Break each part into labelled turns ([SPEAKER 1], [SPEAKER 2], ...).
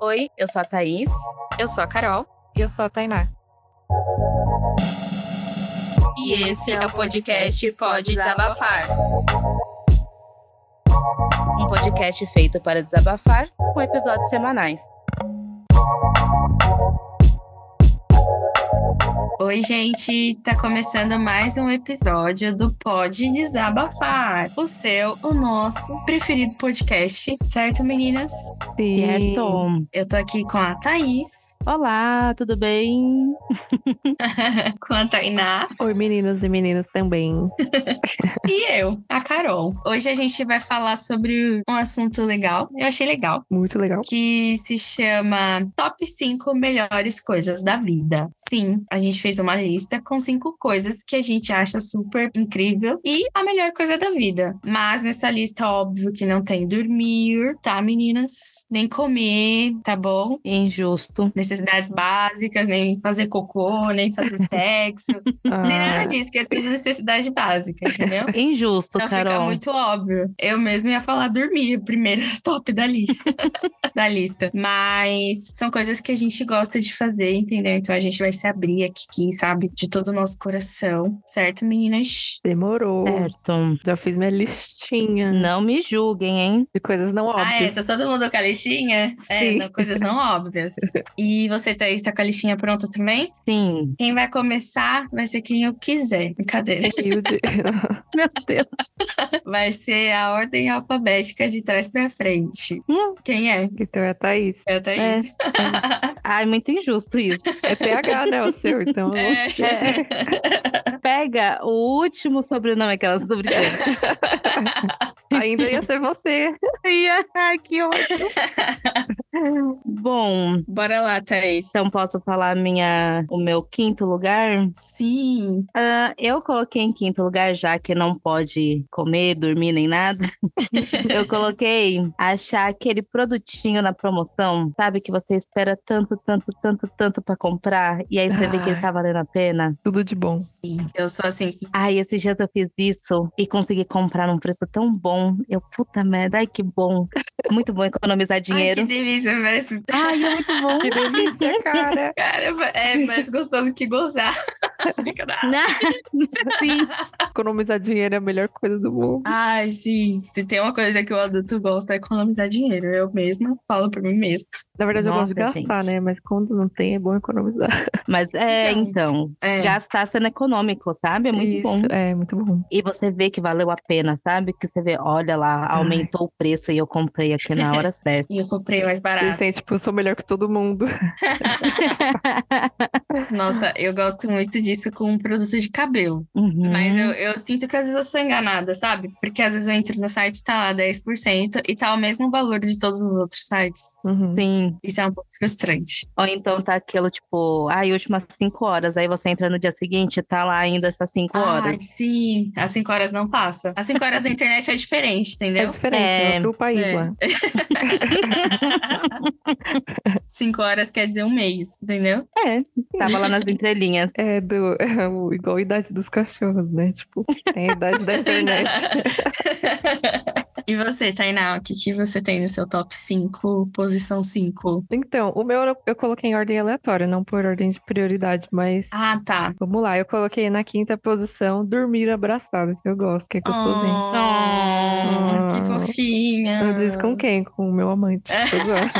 [SPEAKER 1] Oi, eu sou a Thaís.
[SPEAKER 2] Eu sou a Carol.
[SPEAKER 3] E eu sou a Tainá.
[SPEAKER 1] E esse é o podcast Pode Desabafar. Um podcast feito para desabafar com episódios semanais.
[SPEAKER 2] Oi, gente, tá começando mais um episódio do Pode Desabafar. O seu, o nosso preferido podcast, certo, meninas?
[SPEAKER 3] Sim.
[SPEAKER 1] é Certo.
[SPEAKER 2] Eu tô aqui com a Thaís,
[SPEAKER 1] Olá, tudo bem?
[SPEAKER 2] com a Tainá
[SPEAKER 3] Oi, meninos e meninas também.
[SPEAKER 2] e eu, a Carol. Hoje a gente vai falar sobre um assunto legal, eu achei legal,
[SPEAKER 3] Muito legal.
[SPEAKER 2] que se chama Top 5 Melhores Coisas da Vida. Sim, a gente fez uma lista com cinco coisas que a gente acha super incrível e a melhor coisa da vida. Mas nessa lista, óbvio que não tem dormir, tá, meninas? Nem comer, tá bom?
[SPEAKER 1] Injusto.
[SPEAKER 2] Necessidades básicas, nem fazer cocô, nem fazer sexo, nem
[SPEAKER 3] Ah,
[SPEAKER 2] nada disso, que é tudo necessidade básica, entendeu?
[SPEAKER 1] Injusto,
[SPEAKER 2] Então fica
[SPEAKER 1] Carol.
[SPEAKER 2] muito óbvio. Eu mesmo ia falar dormir, primeiro top da, li da lista. Mas são coisas que a gente gosta de fazer, entendeu? Então a gente vai se abrir aqui, sabe? De todo o nosso coração, certo, meninas?
[SPEAKER 3] Demorou.
[SPEAKER 1] Certo.
[SPEAKER 3] Já fiz minha listinha
[SPEAKER 1] É. Não me julguem, hein?
[SPEAKER 3] de coisas não
[SPEAKER 2] Ah, é?
[SPEAKER 3] óbvias.
[SPEAKER 2] Tá todo mundo com a listinha? É,
[SPEAKER 3] Sim.
[SPEAKER 2] não, coisas não óbvias. E você, Thaís, tá com a listinha pronta também?
[SPEAKER 1] Sim.
[SPEAKER 2] Quem vai começar vai ser quem eu quiser. Brincadeira.
[SPEAKER 3] Humilde.
[SPEAKER 1] Meu Deus.
[SPEAKER 2] Vai ser a ordem alfabética de trás pra frente.
[SPEAKER 1] Hum.
[SPEAKER 2] Quem é?
[SPEAKER 3] então é a Thaís.
[SPEAKER 2] É a Thaís.
[SPEAKER 1] Ai, muito injusto isso.
[SPEAKER 3] É TH, né? O seu, então.
[SPEAKER 2] É.
[SPEAKER 1] Pega o último sobrenome, aquelas do brincadeira.
[SPEAKER 3] Ainda ia ser você.
[SPEAKER 1] Ia, Ai, que ótimo. Bom,
[SPEAKER 2] Bora lá, Thaís.
[SPEAKER 1] então posso falar minha, o meu quinto lugar?
[SPEAKER 2] Sim.
[SPEAKER 1] Ah, eu coloquei em quinto lugar, já que não pode comer, dormir nem nada. eu coloquei achar aquele produtinho na promoção, sabe? Que você espera tanto, tanto, tanto, tanto pra comprar. E aí você vê que ele
[SPEAKER 3] Ai.
[SPEAKER 1] tá valendo a pena.
[SPEAKER 3] Tudo de bom.
[SPEAKER 2] Sim. Eu sou assim.
[SPEAKER 1] Ai, esses dias eu fiz isso e consegui comprar num preço tão bom. Eu, puta merda, ai que bom. É Muito bom economizar
[SPEAKER 2] Ai,
[SPEAKER 1] dinheiro.
[SPEAKER 2] que delícia, mas.
[SPEAKER 1] Ai, é muito bom.
[SPEAKER 3] Que delícia, cara.
[SPEAKER 2] Caramba, é mais gostoso que gozar. Sacanagem.
[SPEAKER 1] Né? Sim.
[SPEAKER 3] Economizar dinheiro é a melhor coisa do mundo.
[SPEAKER 2] Ai, sim. Se tem uma coisa que o adulto gosta é economizar dinheiro. Eu mesma falo pra mim mesma.
[SPEAKER 3] Na verdade, eu gosto de
[SPEAKER 1] Nossa,
[SPEAKER 3] gastar, né? Mas quando não tem, é bom economizar.
[SPEAKER 1] Mas é,
[SPEAKER 2] Então,
[SPEAKER 1] então,
[SPEAKER 2] É.
[SPEAKER 1] gastar sendo econômico, sabe? É muito
[SPEAKER 3] Isso,
[SPEAKER 1] bom.
[SPEAKER 3] é muito bom.
[SPEAKER 1] E você vê que valeu a pena, sabe? Que você vê, olha lá, aumentou o preço e eu comprei aqui na hora certa.
[SPEAKER 2] E eu comprei mais
[SPEAKER 3] E
[SPEAKER 2] barato.
[SPEAKER 3] sente, tipo, eu sou melhor que todo mundo.
[SPEAKER 2] é Nossa, eu gosto muito disso com um produto de cabelo.
[SPEAKER 1] Uhum.
[SPEAKER 2] Mas eu, eu sinto que às vezes eu sou enganada, sabe? Porque às vezes eu entro no site e tá lá 10% e tá o mesmo valor de todos os outros sites.
[SPEAKER 3] Uhum.
[SPEAKER 1] Sim.
[SPEAKER 2] Isso é um pouco frustrante.
[SPEAKER 1] Ou então tá aquilo, tipo, ai, últimas cinco horas. Aí você entra no dia seguinte, tá lá ainda essas cinco horas.
[SPEAKER 2] Ai, sim. Às 5 horas não passa. Às 5 horas da internet é diferente,
[SPEAKER 3] É
[SPEAKER 2] entendeu?
[SPEAKER 3] diferente,
[SPEAKER 1] É,
[SPEAKER 3] é outro país
[SPEAKER 2] é.
[SPEAKER 3] lá.
[SPEAKER 2] 5 horas quer dizer um mês, entendeu?
[SPEAKER 1] É, tava lá nas entrelinhas.
[SPEAKER 3] É, do, é o- igual a idade dos cachorros, né? Tipo, tem a idade
[SPEAKER 1] É
[SPEAKER 3] da internet.
[SPEAKER 2] e você, Tainá, o que, que você tem no seu top 5, posição 5?
[SPEAKER 3] Então, o meu eu- eu coloquei em ordem aleatória, não por ordem de prioridade, mas
[SPEAKER 2] Ah, tá.
[SPEAKER 3] vamos lá. Eu coloquei na quinta posição dormir abraçado, que eu Ah. gosto, que é gostosinho.
[SPEAKER 2] Oh, que fofinha.
[SPEAKER 3] Eu disse
[SPEAKER 1] Ah.
[SPEAKER 3] com quem? Com o meu amante. Eu gosto.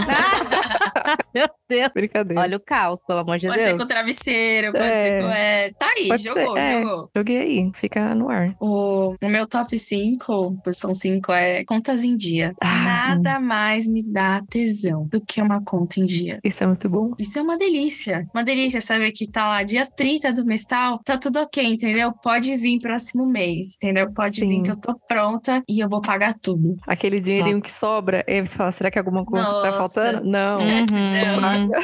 [SPEAKER 1] Meu Deus.
[SPEAKER 3] Brincadeira.
[SPEAKER 1] Olha o caos, pelo amor de
[SPEAKER 2] Pode ser
[SPEAKER 1] Deus.
[SPEAKER 2] com travesseiro, pode
[SPEAKER 3] É.
[SPEAKER 2] ser com. É... Tá aí,
[SPEAKER 3] Pode
[SPEAKER 2] jogou,
[SPEAKER 3] ser, é.
[SPEAKER 2] jogou.
[SPEAKER 3] Joguei aí, fica no ar.
[SPEAKER 2] O, o meu top 5, posição 5, é contas em dia.
[SPEAKER 3] Ah.
[SPEAKER 2] Nada mais me dá tesão do que uma conta em dia.
[SPEAKER 3] Isso é muito bom.
[SPEAKER 2] Isso é uma delícia. Uma delícia saber que tá lá dia 30 do mês tal, tá tudo ok, entendeu? Pode vir próximo mês, entendeu? Pode vir
[SPEAKER 3] Sim.
[SPEAKER 2] que eu tô pronta e eu vou pagar tudo.
[SPEAKER 3] Aquele dinheirinho que sobra, aí você fala, será que alguma conta tá
[SPEAKER 1] É.
[SPEAKER 2] Nossa.
[SPEAKER 3] faltando? Não.
[SPEAKER 2] Hum.
[SPEAKER 1] Uhum.
[SPEAKER 2] Não.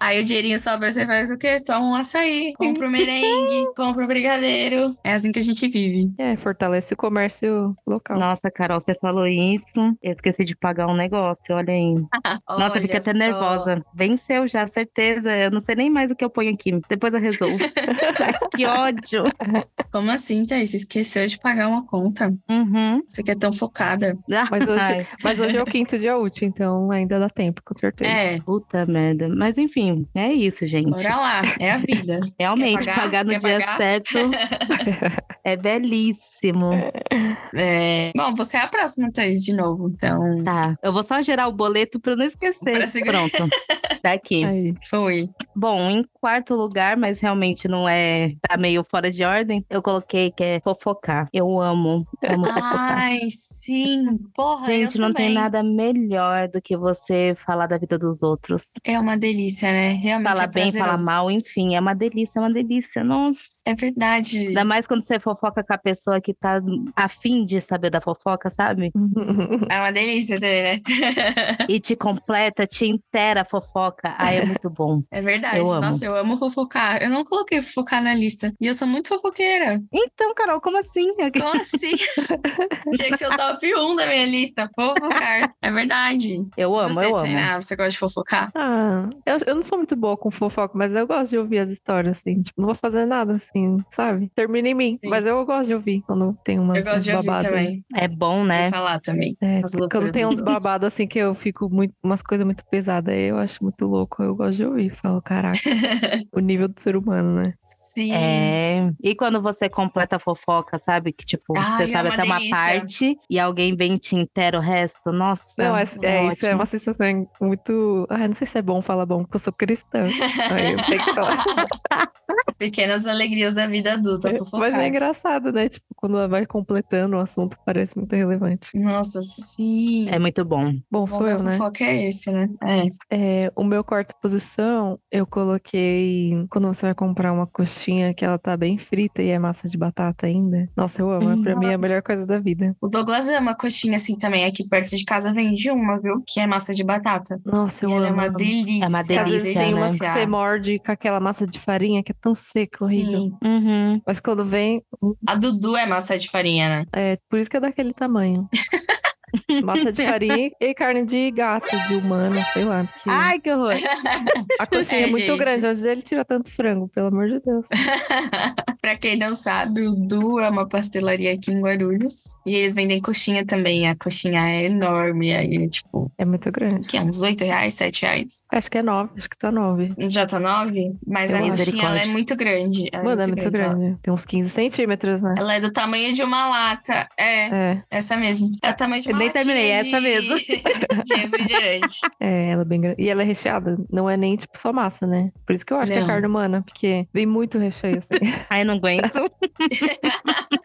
[SPEAKER 2] Aí o dinheirinho sobra, você faz o quê? Toma um açaí, compra um merengue, compra um brigadeiro. É assim que a gente vive.
[SPEAKER 3] É, fortalece o comércio local.
[SPEAKER 1] Nossa, Carol, você falou isso. Eu esqueci de pagar um negócio, olha aí. Nossa, eu
[SPEAKER 2] Olha
[SPEAKER 1] fiquei até
[SPEAKER 2] só.
[SPEAKER 1] nervosa. Venceu já, certeza. Eu não sei nem mais o que eu ponho aqui. Depois eu resolvo. Ai, que ódio.
[SPEAKER 2] Como assim, Thaís? Você esqueceu de pagar uma conta?
[SPEAKER 1] Uhum.
[SPEAKER 2] Você que é tão focada.
[SPEAKER 1] Ah,
[SPEAKER 3] Mas hoje-
[SPEAKER 1] ai,
[SPEAKER 3] Mas hoje é o quinto dia útil, então ainda dá tempo, com certeza.
[SPEAKER 2] É,
[SPEAKER 1] Puta merda. Mas enfim, é isso, gente.
[SPEAKER 2] bora lá. É a vida.
[SPEAKER 1] Realmente,
[SPEAKER 2] Quer
[SPEAKER 1] pagar,
[SPEAKER 2] pagar?
[SPEAKER 1] no
[SPEAKER 2] Quer
[SPEAKER 1] dia
[SPEAKER 2] pagar?
[SPEAKER 1] certo é belíssimo.
[SPEAKER 2] É... Bom, você é a próxima, Thaís, de novo. Então,
[SPEAKER 1] Tá. Eu vou só gerar o boleto pra eu não esquecer.
[SPEAKER 2] Pra segurar. É.
[SPEAKER 1] Pronto. Tá aqui.
[SPEAKER 3] Aí.
[SPEAKER 2] foi.
[SPEAKER 1] Bom, em quarto lugar, mas realmente não é. Tá meio fora de ordem. Eu coloquei que é fofocar. Eu amo. Amo
[SPEAKER 2] Ah,
[SPEAKER 1] fofocar.
[SPEAKER 2] Ai, sim. Porra,
[SPEAKER 1] Gente,
[SPEAKER 2] Ah, eu
[SPEAKER 1] não
[SPEAKER 2] também.
[SPEAKER 1] tem nada melhor do que você falar da vida dos outros.
[SPEAKER 2] É uma delícia, né? Realmente
[SPEAKER 1] Falar
[SPEAKER 2] é
[SPEAKER 1] bem, falar
[SPEAKER 2] prazeroso.
[SPEAKER 1] mal, enfim, é uma delícia, é uma delícia. Nossa.
[SPEAKER 2] É verdade.
[SPEAKER 1] Ainda mais quando você fofoca com a pessoa que tá afim de saber da fofoca, sabe?
[SPEAKER 2] É uma delícia também, né?
[SPEAKER 1] E te completa, te inteira a fofoca. Ai, é muito bom.
[SPEAKER 2] É verdade.
[SPEAKER 1] Eu amo.
[SPEAKER 2] Nossa, eu amo fofocar. Eu não coloquei fofocar na lista. E eu sou muito fofoqueira.
[SPEAKER 1] Então, Carol, como assim?
[SPEAKER 2] Como assim? Tinha que ser o top 1 da minha lista. Fofocar. É verdade.
[SPEAKER 1] Eu amo,
[SPEAKER 2] você,
[SPEAKER 1] eu amo.
[SPEAKER 2] Tainá, você gosta de fofocar?
[SPEAKER 3] Ah, eu, eu não sou muito boa com fofoca, mas eu gosto de ouvir as histórias, assim. Tipo, não vou fazer nada, assim, sabe? Termina em mim.
[SPEAKER 2] Sim.
[SPEAKER 3] Mas eu gosto de ouvir quando tem umas
[SPEAKER 2] Eu gosto
[SPEAKER 3] uns
[SPEAKER 2] de ouvir
[SPEAKER 3] babados.
[SPEAKER 2] também.
[SPEAKER 1] É bom,
[SPEAKER 2] E
[SPEAKER 1] né?
[SPEAKER 2] falar também.
[SPEAKER 3] É,
[SPEAKER 2] As
[SPEAKER 3] quando
[SPEAKER 2] loucuras
[SPEAKER 3] tem
[SPEAKER 2] dos
[SPEAKER 3] uns
[SPEAKER 2] outros.
[SPEAKER 3] babados assim que eu fico muito, umas coisas muito pesadas, aí eu acho muito louco, eu gosto de ouvir, falo, caraca, o nível do ser humano, né?
[SPEAKER 2] Sim.
[SPEAKER 1] É. E quando você completa a fofoca, sabe? Que tipo,
[SPEAKER 2] Ai,
[SPEAKER 1] você
[SPEAKER 2] é
[SPEAKER 1] sabe
[SPEAKER 2] uma
[SPEAKER 1] até uma
[SPEAKER 2] delícia.
[SPEAKER 1] parte e alguém vem e te inteira o resto. Nossa.
[SPEAKER 3] Não, é, é isso é
[SPEAKER 1] ótimo.
[SPEAKER 3] uma sensação muito, ah, não sei se é bom falar bom, porque eu sou cristã. Aí eu tenho que falar.
[SPEAKER 2] Pequenas alegrias da vida adulta, fofocar.
[SPEAKER 3] Mas é engraçado, né? Tipo, quando ela vai completando o assunto, parece muito relevante.
[SPEAKER 2] Nossa, sim.
[SPEAKER 1] É muito bom.
[SPEAKER 3] Bom,
[SPEAKER 2] Bom,
[SPEAKER 3] sou
[SPEAKER 2] meu
[SPEAKER 3] eu, né?
[SPEAKER 2] fofoca é esse, né? É.
[SPEAKER 3] É, o meu quarto posição, eu coloquei quando você vai comprar uma coxinha que ela tá bem frita e é massa de batata ainda. Nossa, eu amo.
[SPEAKER 1] Hum,
[SPEAKER 3] Pra mim é a melhor coisa da vida.
[SPEAKER 2] O Douglas ama coxinha assim também. Aqui perto de casa vende uma, viu? Que é massa de batata.
[SPEAKER 3] Nossa, eu
[SPEAKER 2] E ela é
[SPEAKER 3] amo.
[SPEAKER 2] uma
[SPEAKER 3] amo.
[SPEAKER 2] delícia.
[SPEAKER 1] É uma
[SPEAKER 3] Porque Às vezes
[SPEAKER 1] delícia,
[SPEAKER 3] tem
[SPEAKER 1] né?
[SPEAKER 3] umas que você morde com aquela massa de farinha que é tão seca, horrível.
[SPEAKER 2] é Sim.
[SPEAKER 1] Uhum.
[SPEAKER 3] Mas quando vem, hum,
[SPEAKER 2] A Dudu é massa de farinha, né?
[SPEAKER 3] é por isso que é daquele tamanho. massa de farinha e carne de gato, de humano, sei lá. Porque
[SPEAKER 1] Ai, que horror.
[SPEAKER 3] a coxinha é,
[SPEAKER 2] É,
[SPEAKER 3] muito
[SPEAKER 2] gente.
[SPEAKER 3] grande. Onde ele tira tanto frango, pelo amor de Deus.
[SPEAKER 2] pra quem não sabe, o Du é uma pastelaria aqui em Guarulhos. E eles vendem coxinha também. A coxinha é enorme. Aí, é, tipo,
[SPEAKER 3] É muito
[SPEAKER 2] o
[SPEAKER 3] grande.
[SPEAKER 2] que é? Uns 8 reais, 7 reais?
[SPEAKER 3] Acho que é nove, acho que tá nove.
[SPEAKER 2] Já tá 9? Mas
[SPEAKER 1] Eu
[SPEAKER 2] a
[SPEAKER 1] amo.
[SPEAKER 2] coxinha, ela é
[SPEAKER 1] Misericórdia.
[SPEAKER 2] muito grande. Ela
[SPEAKER 3] Mano, é muito
[SPEAKER 2] ó.
[SPEAKER 3] grande. Tem uns 15 centímetros, né?
[SPEAKER 2] Ela é do tamanho de uma lata. É,
[SPEAKER 3] É,
[SPEAKER 2] essa mesmo. É do tamanho de
[SPEAKER 1] Eu
[SPEAKER 2] uma
[SPEAKER 1] nem
[SPEAKER 2] latinha
[SPEAKER 1] terminei, é essa
[SPEAKER 2] de-
[SPEAKER 1] mesmo.
[SPEAKER 2] de refrigerante.
[SPEAKER 3] é, ela é bem grande. E ela é recheada, não é nem tipo só massa, né? Por isso que eu acho que é
[SPEAKER 2] Não.
[SPEAKER 3] carne humana, porque vem muito recheio assim.
[SPEAKER 1] Ai, não aguento.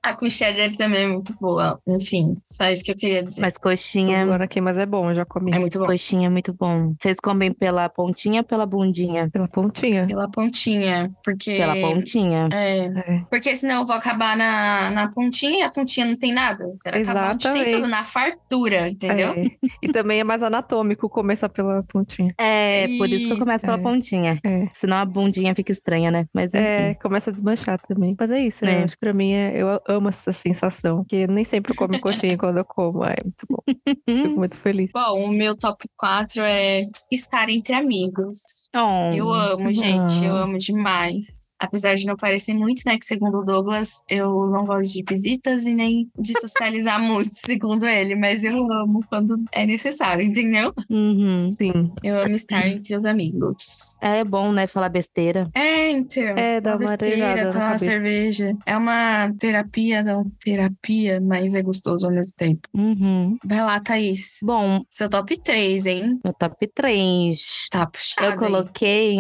[SPEAKER 2] A com cheddar também é muito boa. Enfim, só isso que eu queria dizer.
[SPEAKER 1] Mas
[SPEAKER 3] Tô
[SPEAKER 1] coxinha.
[SPEAKER 3] zoando aqui, mas é bom, eu já comi.
[SPEAKER 2] É muito bom.
[SPEAKER 1] Coxinha é muito bom. Vocês comem pela pontinha ou pela bundinha?
[SPEAKER 3] Pela pontinha.
[SPEAKER 2] Pela pontinha, porque...
[SPEAKER 1] Pela pontinha.
[SPEAKER 2] É,
[SPEAKER 3] É.
[SPEAKER 2] porque senão eu vou acabar na, na pontinha e a pontinha não tem nada. Eu quero acabar onde tem
[SPEAKER 3] Exatamente.
[SPEAKER 2] tudo, na fartura, entendeu?
[SPEAKER 3] É. E também é mais anatômico começar pela pontinha.
[SPEAKER 1] É, por isso que eu começo
[SPEAKER 2] Isso,
[SPEAKER 1] pela
[SPEAKER 3] é.
[SPEAKER 1] pontinha.
[SPEAKER 3] É.
[SPEAKER 1] Senão a bundinha fica estranha, né? Mas enfim.
[SPEAKER 3] É, começa a desmanchar também. Mas é isso, né?
[SPEAKER 1] É.
[SPEAKER 3] Acho que pra mim é, eu amo essa sensação. Porque nem sempre eu como coxinha quando eu como. É muito bom. Fico muito feliz.
[SPEAKER 2] Bom, o meu top 4 é estar entre amigos.
[SPEAKER 1] Oh,
[SPEAKER 2] Eu
[SPEAKER 3] Hum,
[SPEAKER 2] amo, gente, eu
[SPEAKER 3] Ah.
[SPEAKER 2] amo demais. Apesar de não parecer muito, né, que segundo o Douglas, eu não gosto de visitas e nem de socializar muito, segundo ele, mas eu amo quando é necessário, entendeu?
[SPEAKER 1] Uhum.
[SPEAKER 3] Sim.
[SPEAKER 2] Eu amo estar entre os amigos.
[SPEAKER 1] É bom, né? Falar besteira.
[SPEAKER 2] É, então,
[SPEAKER 3] É, dá
[SPEAKER 2] tomar
[SPEAKER 3] uma arejada
[SPEAKER 2] besteira,
[SPEAKER 3] na
[SPEAKER 2] tomar
[SPEAKER 3] cabeça.
[SPEAKER 2] cerveja. É uma terapia, não terapia, mas é gostoso ao mesmo tempo.
[SPEAKER 1] Uhum.
[SPEAKER 2] Vai lá, Thaís.
[SPEAKER 1] Bom,
[SPEAKER 2] Seu top 3, hein?
[SPEAKER 1] meu top 3.
[SPEAKER 2] Tá puxado,
[SPEAKER 1] Eu coloquei,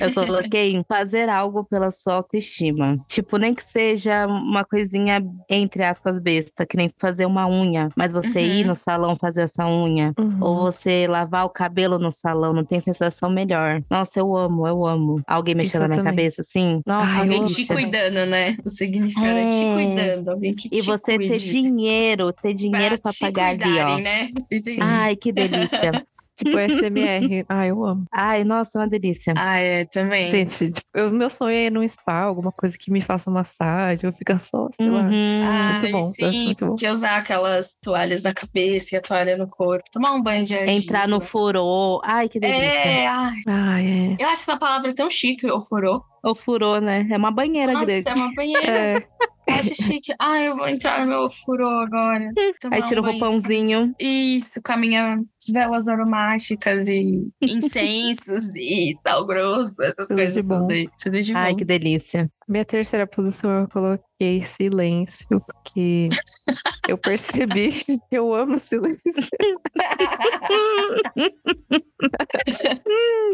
[SPEAKER 1] eu coloquei fazer algo pela sua autoestima. Tipo, nem que seja uma coisinha entre aspas besta, que nem fazer uma unha, mas você ir
[SPEAKER 2] Uhum.
[SPEAKER 1] no salão fazer essa unha, ou você lavar o cabelo no salão, não tem sensação melhor. Nossa, eu amo, eu amo. Alguém
[SPEAKER 3] Isso
[SPEAKER 1] mexendo na
[SPEAKER 3] eu
[SPEAKER 1] minha
[SPEAKER 3] também.
[SPEAKER 1] cabeça assim? Nossa,
[SPEAKER 3] Ai,
[SPEAKER 1] eu
[SPEAKER 2] Alguém
[SPEAKER 1] amo
[SPEAKER 2] te
[SPEAKER 1] isso.
[SPEAKER 2] cuidando, né? O significado é te
[SPEAKER 1] É.
[SPEAKER 2] cuidando, alguém que
[SPEAKER 1] E
[SPEAKER 2] te
[SPEAKER 1] você ter
[SPEAKER 2] cuide.
[SPEAKER 1] dinheiro, ter dinheiro pra
[SPEAKER 2] te
[SPEAKER 1] pagar ali, ó. Ah.
[SPEAKER 2] cuidarem, né? Entendi.
[SPEAKER 1] Ai, que delícia.
[SPEAKER 3] Tipo SMR. ah, eu amo.
[SPEAKER 1] Ai, nossa, uma delícia.
[SPEAKER 2] Ah, é, também.
[SPEAKER 3] Gente, tipo, eu- meu sonho é ir num spa, alguma coisa que me faça massagem, eu ficar só, sei lá.
[SPEAKER 1] Uhum.
[SPEAKER 2] Ah,
[SPEAKER 3] muito bom, eu acho
[SPEAKER 2] sim,
[SPEAKER 3] muito bom.
[SPEAKER 2] porque usar aquelas toalhas na cabeça e a toalha no corpo, tomar um banho de argila.
[SPEAKER 1] Entrar no furô. Ai, que delícia.
[SPEAKER 2] É, ai,
[SPEAKER 3] Ai,
[SPEAKER 2] eu acho essa palavra tão chique, ofurô.
[SPEAKER 1] O furô, né? É uma banheira
[SPEAKER 2] Nossa,
[SPEAKER 1] grande.
[SPEAKER 2] é uma
[SPEAKER 3] é.
[SPEAKER 2] banheira,
[SPEAKER 3] É,
[SPEAKER 2] eu acho chique. Ai, eu vou entrar no meu ofurô agora. tomar
[SPEAKER 1] Aí tira
[SPEAKER 2] um
[SPEAKER 1] o
[SPEAKER 2] banho.
[SPEAKER 1] roupãozinho.
[SPEAKER 2] Isso, com a minha velas aromáticas e incensos e sal grosso, essas
[SPEAKER 3] Tudo
[SPEAKER 2] coisas
[SPEAKER 3] de bom.
[SPEAKER 2] tudo aí. Tudo de
[SPEAKER 1] Ai,
[SPEAKER 2] bom.
[SPEAKER 1] que delícia.
[SPEAKER 3] Minha terceira posição eu coloquei silêncio, porque eu percebi que eu amo silêncio.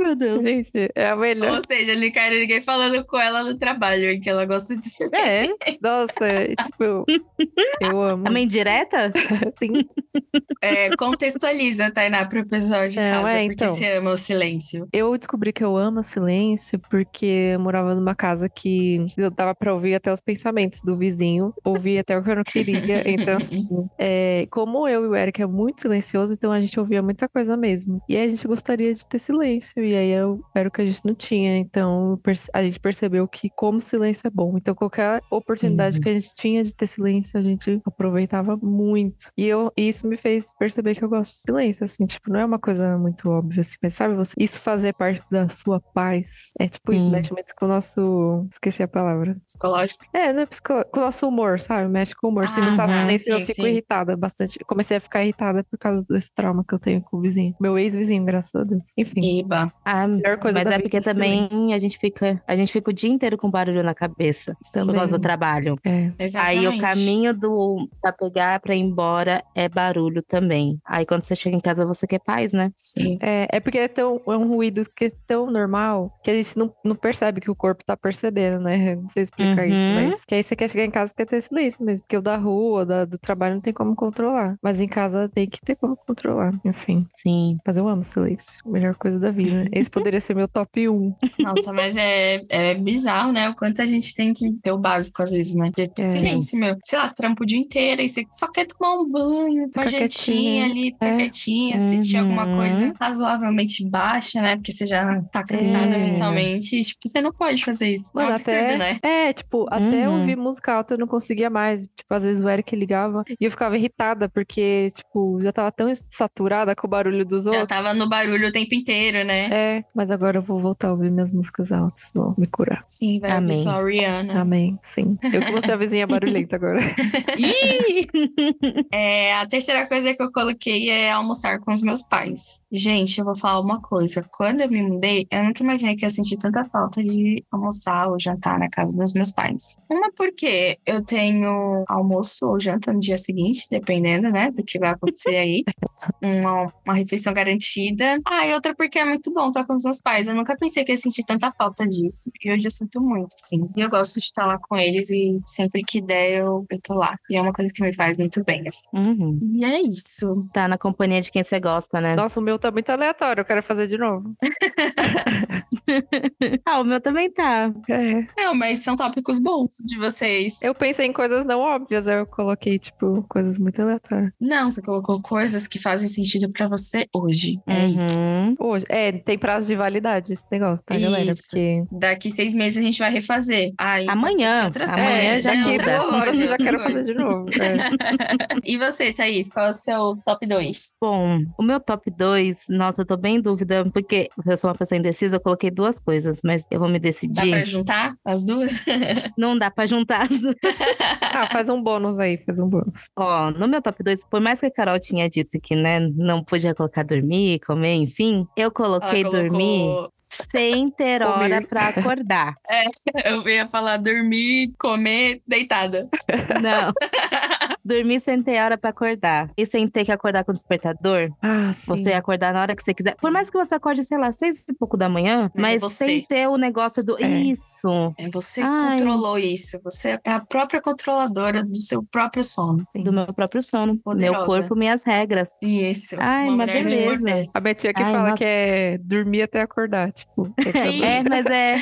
[SPEAKER 1] Meu Deus.
[SPEAKER 3] Gente, é a melhor.
[SPEAKER 2] Ou seja, ele cara, ninguém falando com ela no trabalho, porque ela gosta de ser.
[SPEAKER 3] É, nossa, é, tipo, eu amo. assim,
[SPEAKER 1] Também direta?
[SPEAKER 3] Sim,
[SPEAKER 2] É, contextualiza, Tainá, pro pessoal de
[SPEAKER 3] Não,
[SPEAKER 2] casa,
[SPEAKER 3] é,
[SPEAKER 2] porque
[SPEAKER 3] então.
[SPEAKER 2] você ama o silêncio.
[SPEAKER 3] eu descobri que eu amo silêncio porque eu morava numa casa que eu dava pra ouvir até os pensamentos do vizinho, ouvir até o que eu não queria, então É, como eu e o Eric é muito silencioso, então a gente ouvia muita coisa mesmo. E aí a gente gostaria de ter silêncio, e aí eu- era o que a gente não tinha. Então eu perce- a gente percebeu que como silêncio é bom. Então qualquer oportunidade
[SPEAKER 1] Uhum.
[SPEAKER 3] que a gente tinha de ter silêncio, a gente aproveitava muito. E eu- e isso me fez perceber que eu gosto de silêncio, assim, tipo, não é uma coisa muito óbvia, assim, mas sabe, você- isso fazer parte da sua paz. É tipo isso,
[SPEAKER 1] Sim.
[SPEAKER 3] mexe muito com o nosso. Esqueci a palavra.
[SPEAKER 2] Psicológico.
[SPEAKER 3] É, não é psico- com o nosso humor, sabe? Mexe com o humor.
[SPEAKER 1] Ah,
[SPEAKER 3] Se não tá
[SPEAKER 2] Aham,
[SPEAKER 3] silêncio, eu
[SPEAKER 2] sim,
[SPEAKER 3] fico
[SPEAKER 2] sim.
[SPEAKER 3] irritada bastante. Eu Comecei a ficar irritada por causa desse trauma que eu tenho com o vizinho. Meu ex-vizinho, graças a Deus. Enfim,
[SPEAKER 2] Iba.
[SPEAKER 1] Ah,
[SPEAKER 3] melhor coisa
[SPEAKER 1] mas
[SPEAKER 3] da
[SPEAKER 1] é
[SPEAKER 3] vida
[SPEAKER 1] porque também a gente, fica, a gente fica o dia inteiro com barulho na cabeça. Por
[SPEAKER 3] Também.
[SPEAKER 1] causa do trabalho.
[SPEAKER 3] silêncio.
[SPEAKER 2] Exatamente.
[SPEAKER 1] Aí o caminho do pra pegar pra ir embora é barulho também. Aí quando você chega em casa, você quer paz, né?
[SPEAKER 2] Sim.
[SPEAKER 3] É, é, é porque é, tão, é um ruído que é tão normal que a gente não, não percebe que o corpo tá percebendo, né? Não sei explicar isso,
[SPEAKER 1] Uhum.
[SPEAKER 3] mas que aí você quer chegar em casa e quer ter silêncio mesmo. Porque o da rua, da- do trabalho, não tem como controlar. Mas em casa tem que ter como controlar. Enfim.
[SPEAKER 1] Sim.
[SPEAKER 3] Mas eu amo silêncio. Melhor coisa da vida. Esse poderia ser meu top 1.
[SPEAKER 2] Nossa, mas é, é bizarro, né? O quanto a gente tem que ter o básico às vezes, né? Que é tipo,
[SPEAKER 3] É.
[SPEAKER 2] silêncio, meu. Sei lá, você trampa o dia inteiro e você só quer tomar um banho, uma
[SPEAKER 3] Fica
[SPEAKER 2] jantinha
[SPEAKER 3] quietinha.
[SPEAKER 2] ali, ficar
[SPEAKER 3] É.
[SPEAKER 2] quietinha, assistir alguma
[SPEAKER 1] Uhum.
[SPEAKER 2] coisa razoavelmente baixa, né? Porque você já tá cansada
[SPEAKER 3] É.
[SPEAKER 2] mentalmente. E, tipo, você não pode fazer isso. é um
[SPEAKER 3] Mano,
[SPEAKER 2] absurdo,
[SPEAKER 3] até-
[SPEAKER 2] né?
[SPEAKER 3] É, tipo, até
[SPEAKER 1] Uhum.
[SPEAKER 3] ouvir música alta eu não conseguia mais. Tipo, às vezes o Eric ligava e eu ficava irritada, porque, tipo, já tava tão saturada com o barulho dos
[SPEAKER 1] Tá.
[SPEAKER 2] Já
[SPEAKER 3] outros.
[SPEAKER 2] tava no barulho o tempo inteiro, né?
[SPEAKER 3] É, mas agora eu vou voltar a ouvir minhas músicas altas, vou me curar.
[SPEAKER 2] Sim, vai
[SPEAKER 1] Amém.
[SPEAKER 2] ouvir só a
[SPEAKER 1] É.
[SPEAKER 2] Rihanna.
[SPEAKER 3] Amém, sim. Eu que vou ser a vizinha barulhenta agora.
[SPEAKER 2] É, a terceira coisa que eu coloquei é almoçar com os meus pais. Gente, eu vou falar uma coisa. Quando eu me mudei, eu nunca imaginei que eu ia sentir tanta falta de almoçar ou jantar na casa dos meus pais. Uma porque eu tenho almoço ou janta no dia seguinte, dependendo, né, do que vai acontecer aí. Uma, uma refeição garantida. Ah, e outra porque é muito bom estar com os meus pais. Eu nunca pensei que ia sentir tanta falta disso. E hoje eu sinto muito, sim. E eu gosto de estar lá com eles e sempre que der, eu, eu tô lá. E é uma coisa que me faz muito bem, assim.
[SPEAKER 1] Uhum.
[SPEAKER 2] E é isso.
[SPEAKER 1] Tá na companhia de quem você gosta, né?
[SPEAKER 3] Nossa, o meu tá muito aleatório, eu quero fazer de novo.
[SPEAKER 1] Ah, o meu também tá.
[SPEAKER 3] É.
[SPEAKER 2] Não, mas são tópicos bons de vocês.
[SPEAKER 3] Eu pensei em coisas não óbvias, aí eu coloquei, tipo, coisas muito aleatórias.
[SPEAKER 2] Não, você colocou coisas que fazem sentido pra você hoje. É isso.
[SPEAKER 1] Uhum.
[SPEAKER 3] Hoje, é, tem prazo de validade esse negócio, tá, galera?
[SPEAKER 2] Isso.
[SPEAKER 3] Porque
[SPEAKER 2] Daqui seis meses a gente vai refazer. Aí pode
[SPEAKER 1] Amanhã,
[SPEAKER 2] ser outras-
[SPEAKER 1] amanhã
[SPEAKER 2] é,
[SPEAKER 1] já
[SPEAKER 2] é
[SPEAKER 1] muda.
[SPEAKER 2] outra coisa,
[SPEAKER 3] eu já quero
[SPEAKER 2] outra
[SPEAKER 3] fazer de novo. É.
[SPEAKER 2] coisa. E você, Thaís, qual é o seu top 2?
[SPEAKER 1] Bom, o meu top 2, nossa, eu tô bem em dúvida, porque eu sou uma pessoa indecisa, eu coloquei duas coisas, mas eu vou me
[SPEAKER 2] Dá pra
[SPEAKER 1] decidir.
[SPEAKER 2] juntar as duas?
[SPEAKER 1] Não dá pra juntar.
[SPEAKER 3] Ah, faz um bônus aí, faz um bônus.
[SPEAKER 1] Ó, no meu top 2, por mais que a Carol tinha dito que, né, não podia colocar dormir, comer, enfim, eu coloquei
[SPEAKER 2] Ela
[SPEAKER 1] dormir
[SPEAKER 2] colocou-
[SPEAKER 1] sem ter hora
[SPEAKER 3] Comer.
[SPEAKER 1] pra acordar.
[SPEAKER 2] Eu ia falar dormir, comer, deitada.
[SPEAKER 1] Não. Dormir sem ter hora pra acordar. E sem ter que acordar com o despertador.
[SPEAKER 3] Ah, sim.
[SPEAKER 1] Você é acordar na hora que você quiser. Por mais que você acorde, sei lá, seis e pouco da manhã. Mas,
[SPEAKER 2] Mas é você.
[SPEAKER 1] sem ter o negócio do...
[SPEAKER 3] É.
[SPEAKER 1] Isso.
[SPEAKER 2] É, Você
[SPEAKER 1] Ai.
[SPEAKER 2] controlou isso. Você é a própria controladora do seu próprio sono.
[SPEAKER 1] Do meu próprio sono.
[SPEAKER 2] Poderosa.
[SPEAKER 1] Meu corpo, minhas regras.
[SPEAKER 2] Isso.
[SPEAKER 1] Ai,
[SPEAKER 2] é uma
[SPEAKER 1] uma
[SPEAKER 2] mulher de
[SPEAKER 1] beleza.
[SPEAKER 2] poder.
[SPEAKER 3] A minha tia que
[SPEAKER 1] Ai,
[SPEAKER 3] fala
[SPEAKER 1] nossa.
[SPEAKER 3] que é dormir até acordar, tipo. tem que
[SPEAKER 2] Sim.
[SPEAKER 1] É,
[SPEAKER 3] saber.
[SPEAKER 1] mas é...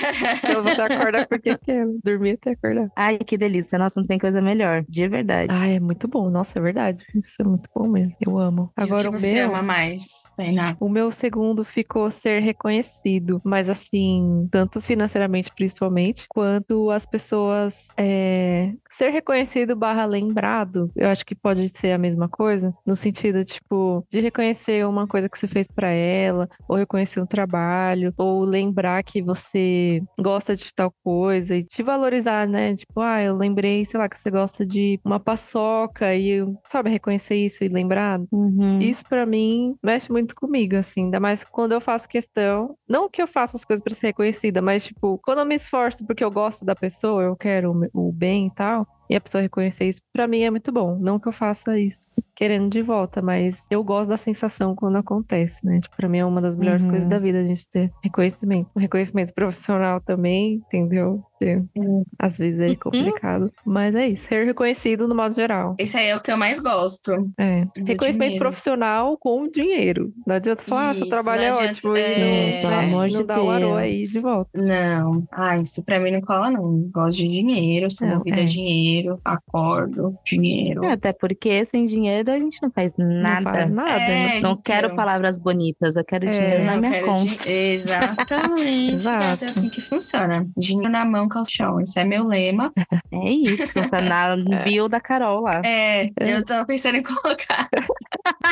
[SPEAKER 3] Então você acorda porque quer, é dormir até acordar.
[SPEAKER 1] Ai, que delícia. Nossa, não tem coisa melhor. De verdade.
[SPEAKER 3] Ai, é muito muito bom. Nossa, é verdade. Isso é muito bom mesmo. Eu amo.
[SPEAKER 2] E
[SPEAKER 3] Agora um
[SPEAKER 2] o
[SPEAKER 3] o
[SPEAKER 1] assim,
[SPEAKER 2] que você
[SPEAKER 3] meu.
[SPEAKER 2] ama mais, Tainá?
[SPEAKER 3] O meu segundo ficou ser reconhecido, mas assim, tanto financeiramente principalmente, quanto as pessoas é, ser reconhecido barra lembrado, eu acho que pode ser a mesma coisa, no sentido, tipo, de reconhecer uma coisa que você fez pra ela, ou reconhecer um trabalho, ou lembrar que você gosta de tal coisa e te valorizar, né? Tipo, ah, eu lembrei, sei lá, que você gosta de uma paçoca e, eu- sabe, reconhecer isso e lembrar.
[SPEAKER 1] Uhum.
[SPEAKER 3] Isso pra mim mexe muito comigo, assim, ainda mais quando eu faço questão, não que eu faça as coisas pra ser reconhecida, mas tipo, quando eu me esforço porque eu gosto da pessoa, eu quero o me- o bem e tal, e a pessoa reconhecer isso, pra mim é muito bom. Não que eu faça isso querendo de volta, mas eu gosto da sensação quando acontece, né? Tipo, pra mim é uma das melhores
[SPEAKER 1] Uhum.
[SPEAKER 3] coisas da vida a gente ter reconhecimento. O reconhecimento profissional também, entendeu?
[SPEAKER 1] É.
[SPEAKER 3] Porque às vezes
[SPEAKER 1] Uhum.
[SPEAKER 3] é complicado, mas é isso, ser reconhecido no modo geral.
[SPEAKER 2] Esse aí é o que eu mais gosto.
[SPEAKER 3] É.
[SPEAKER 2] Do
[SPEAKER 3] Reconhecimento
[SPEAKER 2] dinheiro.
[SPEAKER 3] profissional com dinheiro. Não adianta falar, ah, seu
[SPEAKER 2] Isso,
[SPEAKER 3] trabalho
[SPEAKER 2] não
[SPEAKER 3] é
[SPEAKER 2] adianta-
[SPEAKER 3] ótimo.
[SPEAKER 2] é,
[SPEAKER 3] e não,
[SPEAKER 2] pelo
[SPEAKER 3] né,
[SPEAKER 1] amor
[SPEAKER 3] não
[SPEAKER 1] de
[SPEAKER 3] dá o arô
[SPEAKER 1] Deus.
[SPEAKER 3] aí de volta.
[SPEAKER 2] Não. Ah, isso pra mim não cola, não. Gosto de dinheiro, sou
[SPEAKER 3] Não,
[SPEAKER 2] movida
[SPEAKER 3] é.
[SPEAKER 2] a dinheiro, acordo, dinheiro.
[SPEAKER 1] É, Até porque sem dinheiro a gente não faz
[SPEAKER 3] Não faz
[SPEAKER 1] nada.
[SPEAKER 3] nada. né?
[SPEAKER 2] É,
[SPEAKER 1] Não
[SPEAKER 2] então.
[SPEAKER 1] quero palavras bonitas, eu quero
[SPEAKER 3] É,
[SPEAKER 1] dinheiro na
[SPEAKER 2] Não,
[SPEAKER 1] minha
[SPEAKER 2] quero
[SPEAKER 1] conta.
[SPEAKER 2] din- Exatamente.
[SPEAKER 3] Exato.
[SPEAKER 2] Exato. É assim que funciona. Dinheiro na mão, calção. Esse é meu lema.
[SPEAKER 1] É isso, tá na bio da Carol lá.
[SPEAKER 2] É, eu tava pensando em colocar.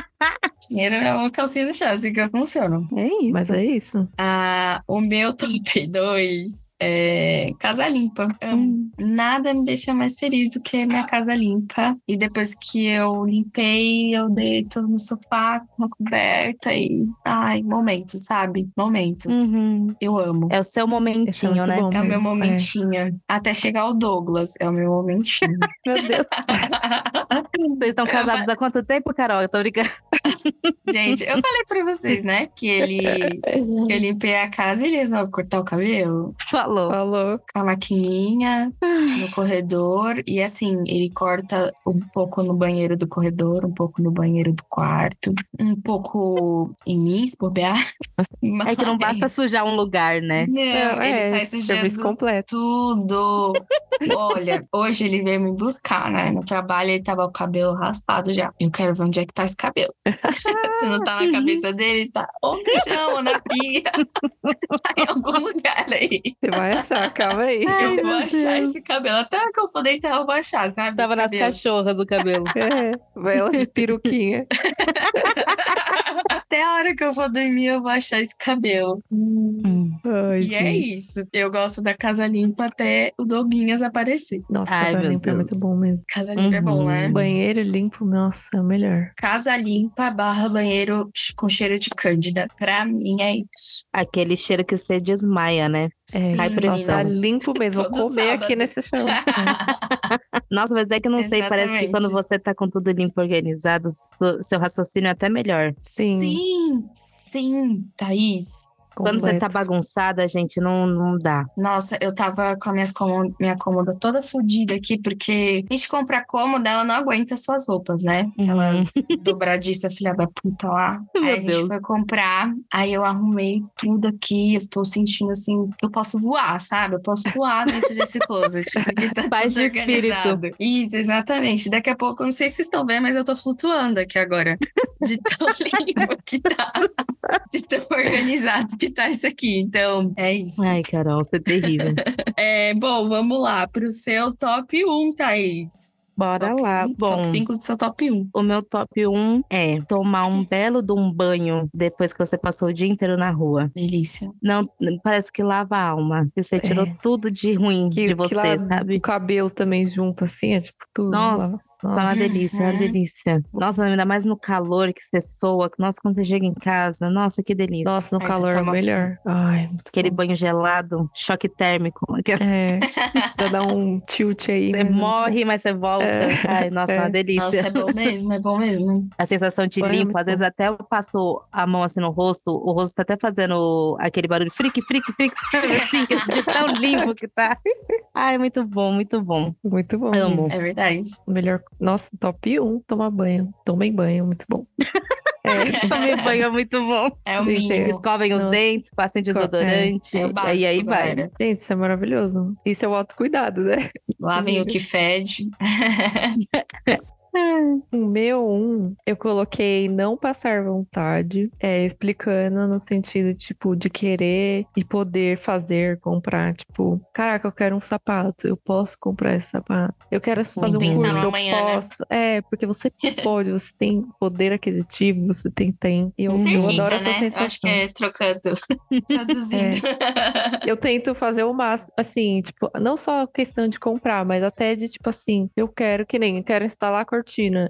[SPEAKER 2] Dinheiro na mão, calcinha no chão, assim que eu funciono.
[SPEAKER 1] É isso.
[SPEAKER 3] Mas é
[SPEAKER 2] tipo,
[SPEAKER 3] isso.
[SPEAKER 2] Ah, o meu top 2 é casa limpa. Amo.
[SPEAKER 1] Hum.
[SPEAKER 2] Nada me deixa mais feliz do que minha casa limpa. E depois que eu limpei, eu deito no sofá com uma coberta e. Ai, momentos, sabe? Momentos.
[SPEAKER 1] Uhum.
[SPEAKER 2] Eu amo.
[SPEAKER 1] É o seu
[SPEAKER 3] Esse é
[SPEAKER 1] momentinho,
[SPEAKER 3] muito
[SPEAKER 1] né?
[SPEAKER 3] bom.
[SPEAKER 2] É o meu
[SPEAKER 3] mesmo,
[SPEAKER 2] momentinho. Até chegar o Douglas, é o meu momentinho.
[SPEAKER 1] Meu Deus. Vocês estão
[SPEAKER 2] Eu
[SPEAKER 1] casados há quanto tempo, Carol? Eu tô brincando.
[SPEAKER 2] Gente, eu falei pra vocês, né? Que ele. que eu limpei a casa e ele resolve cortar o cabelo
[SPEAKER 1] Falou.
[SPEAKER 3] Falou.
[SPEAKER 2] com a maquininha no corredor. E assim, ele corta um pouco no banheiro do corredor, um pouco no banheiro do quarto, um pouco em mim, se bobear.
[SPEAKER 1] É que não basta
[SPEAKER 2] Mas-
[SPEAKER 1] sujar um lugar, né?
[SPEAKER 2] Não,
[SPEAKER 3] É,
[SPEAKER 2] ele
[SPEAKER 3] é,
[SPEAKER 2] sai
[SPEAKER 3] Serviço
[SPEAKER 2] sujando
[SPEAKER 3] completo.
[SPEAKER 2] Tudo! Olha, hoje ele veio me buscar, né? No trabalho ele tava com o cabelo raspado já. Eu quero ver onde é que tá esse cabelo. Se não tá na cabeça dele, tá ou no chão, ou na pia. Tá em algum lugar aí.
[SPEAKER 3] Você vai achar, calma aí.
[SPEAKER 1] Ai,
[SPEAKER 2] Eu vou
[SPEAKER 1] meu
[SPEAKER 2] achar
[SPEAKER 1] Deus.
[SPEAKER 2] esse cabelo. Até a hora que eu for deitar, eu vou achar, sabe?
[SPEAKER 1] Tava
[SPEAKER 2] esse
[SPEAKER 1] nas
[SPEAKER 2] cabelo.
[SPEAKER 1] cachorras do cabelo.
[SPEAKER 3] É, vai elas de peruquinha.
[SPEAKER 2] Até a hora que eu for dormir, eu vou achar esse cabelo.
[SPEAKER 1] Hum.
[SPEAKER 3] Ai,
[SPEAKER 2] E é
[SPEAKER 3] gente.
[SPEAKER 2] isso. Eu gosto da casa limpa até o Doguinhas aparecer.
[SPEAKER 3] Nossa,
[SPEAKER 1] Ai,
[SPEAKER 3] casa
[SPEAKER 1] meu
[SPEAKER 3] limpa é
[SPEAKER 1] Deus.
[SPEAKER 3] muito bom mesmo.
[SPEAKER 2] Casa limpa é bom,
[SPEAKER 1] Uhum.
[SPEAKER 2] né?
[SPEAKER 3] Banheiro limpo, nossa, é o melhor.
[SPEAKER 2] Casa limpa barra banheiro com cheiro de cândida. Pra mim é isso.
[SPEAKER 1] Aquele cheiro que você desmaia, né?
[SPEAKER 3] É,
[SPEAKER 1] Ai,
[SPEAKER 3] nossa,
[SPEAKER 1] precisão.
[SPEAKER 3] tá limpo mesmo. Vou
[SPEAKER 2] Todo
[SPEAKER 3] comer aqui
[SPEAKER 2] sábado.
[SPEAKER 3] nesse chão. É,
[SPEAKER 1] Nossa, mas é que eu não sei, parece que
[SPEAKER 2] Exatamente.
[SPEAKER 1] quando você tá com tudo limpo organizado, su- seu raciocínio é até melhor.
[SPEAKER 3] Sim.
[SPEAKER 2] sim, sim, Thaís.
[SPEAKER 1] Quando você tá
[SPEAKER 3] Completo.
[SPEAKER 1] bagunçada, gente, não, não dá.
[SPEAKER 2] Nossa, eu tava com a minhas cômo- minha cômoda toda fodida aqui, porque a gente compra cômoda, ela não aguenta suas roupas, né? Aquelas dobradiças, filha da puta lá.
[SPEAKER 1] Uhum. Meu
[SPEAKER 2] aí a gente
[SPEAKER 1] Deus.
[SPEAKER 2] foi comprar, aí eu arrumei tudo aqui, eu tô sentindo assim, eu posso voar, sabe? Eu posso voar dentro desse closet, porque tá
[SPEAKER 1] Paz
[SPEAKER 2] tudo
[SPEAKER 1] de espírito.
[SPEAKER 2] organizado. Isso, exatamente. Daqui a pouco, eu não sei se vocês estão vendo, mas eu tô flutuando aqui agora. De tão limpo que tá, de tão organizado que tá isso aqui. Então, é isso.
[SPEAKER 1] Ai, Carol, você é terrível.
[SPEAKER 2] É, bom, vamos lá pro seu top 1, Thaís.
[SPEAKER 1] Bora
[SPEAKER 2] Top
[SPEAKER 1] lá.
[SPEAKER 2] um,
[SPEAKER 1] Bom,
[SPEAKER 2] Top 5 do seu top 1.
[SPEAKER 1] o meu top 1 é tomar um belo de um banho depois que você passou o dia inteiro na rua.
[SPEAKER 2] Delícia.
[SPEAKER 1] Não, parece que lava a alma. que Você tirou
[SPEAKER 3] É.
[SPEAKER 1] tudo de ruim
[SPEAKER 3] Que-
[SPEAKER 1] de
[SPEAKER 3] que
[SPEAKER 1] você,
[SPEAKER 3] lá-
[SPEAKER 1] sabe?
[SPEAKER 3] O cabelo também junto, assim, é tipo tudo.
[SPEAKER 1] Nossa, tá uma
[SPEAKER 3] nossa.
[SPEAKER 1] delícia, é uma
[SPEAKER 2] Uhum.
[SPEAKER 1] delícia. Nossa, ainda mais no calor que você soa. que- Nossa, quando você chega em casa, nossa, que delícia.
[SPEAKER 3] Nossa, no
[SPEAKER 2] Aí você
[SPEAKER 3] calor é o
[SPEAKER 2] toma-
[SPEAKER 3] melhor. Ai, muito
[SPEAKER 1] Aquele
[SPEAKER 3] bom.
[SPEAKER 1] banho gelado, choque térmico. que
[SPEAKER 3] É, pra dar um tilt aí.
[SPEAKER 1] Você
[SPEAKER 3] mas muito
[SPEAKER 1] morre, mas você volta.
[SPEAKER 3] É.
[SPEAKER 1] Ai, nossa,
[SPEAKER 3] É.
[SPEAKER 1] uma delícia.
[SPEAKER 2] Nossa, é bom mesmo, é bom mesmo.
[SPEAKER 1] A sensação de
[SPEAKER 3] Banho é
[SPEAKER 1] limpo,
[SPEAKER 3] muito
[SPEAKER 1] às vezes até eu passo a mão assim no rosto, o rosto tá até fazendo aquele barulho frique, frique, frique, assim, que de tão limpo que tá. Ai, muito bom, muito bom.
[SPEAKER 3] bom. Muito bom.
[SPEAKER 1] Amo.
[SPEAKER 2] É verdade.
[SPEAKER 3] Melhor. Nossa, top 1, tomar banho. Tomem banho, muito bom. É,
[SPEAKER 1] Tomei banho, é muito bom.
[SPEAKER 2] É o
[SPEAKER 3] Gente,
[SPEAKER 2] mínimo.
[SPEAKER 1] Escovem os
[SPEAKER 3] Nossa.
[SPEAKER 1] dentes, passem desodorante,
[SPEAKER 2] É o básico,
[SPEAKER 1] e aí vai.
[SPEAKER 2] galera.
[SPEAKER 3] gente, isso é maravilhoso. Isso é o autocuidado, né?
[SPEAKER 2] Lá vem o que fede.
[SPEAKER 3] O meu um, eu coloquei não passar vontade, é, explicando no sentido, tipo, de querer e poder fazer, comprar. Tipo, caraca, eu quero um sapato, eu posso comprar esse sapato. Eu quero
[SPEAKER 2] Sem
[SPEAKER 3] fazer um
[SPEAKER 2] pensar no
[SPEAKER 3] curso, eu
[SPEAKER 2] amanhã, né?
[SPEAKER 3] posso. É, porque você pode, você tem poder aquisitivo, você tem tempo. E eu,
[SPEAKER 2] Ser
[SPEAKER 3] eu
[SPEAKER 2] rica,
[SPEAKER 3] adoro essa
[SPEAKER 2] né?
[SPEAKER 3] sensação. É.
[SPEAKER 2] Acho que é trocando, traduzindo.
[SPEAKER 3] Eu tento fazer o máximo, assim, tipo, não só questão de comprar, mas até de, tipo assim, eu quero, que nem, eu quero instalar a cortina.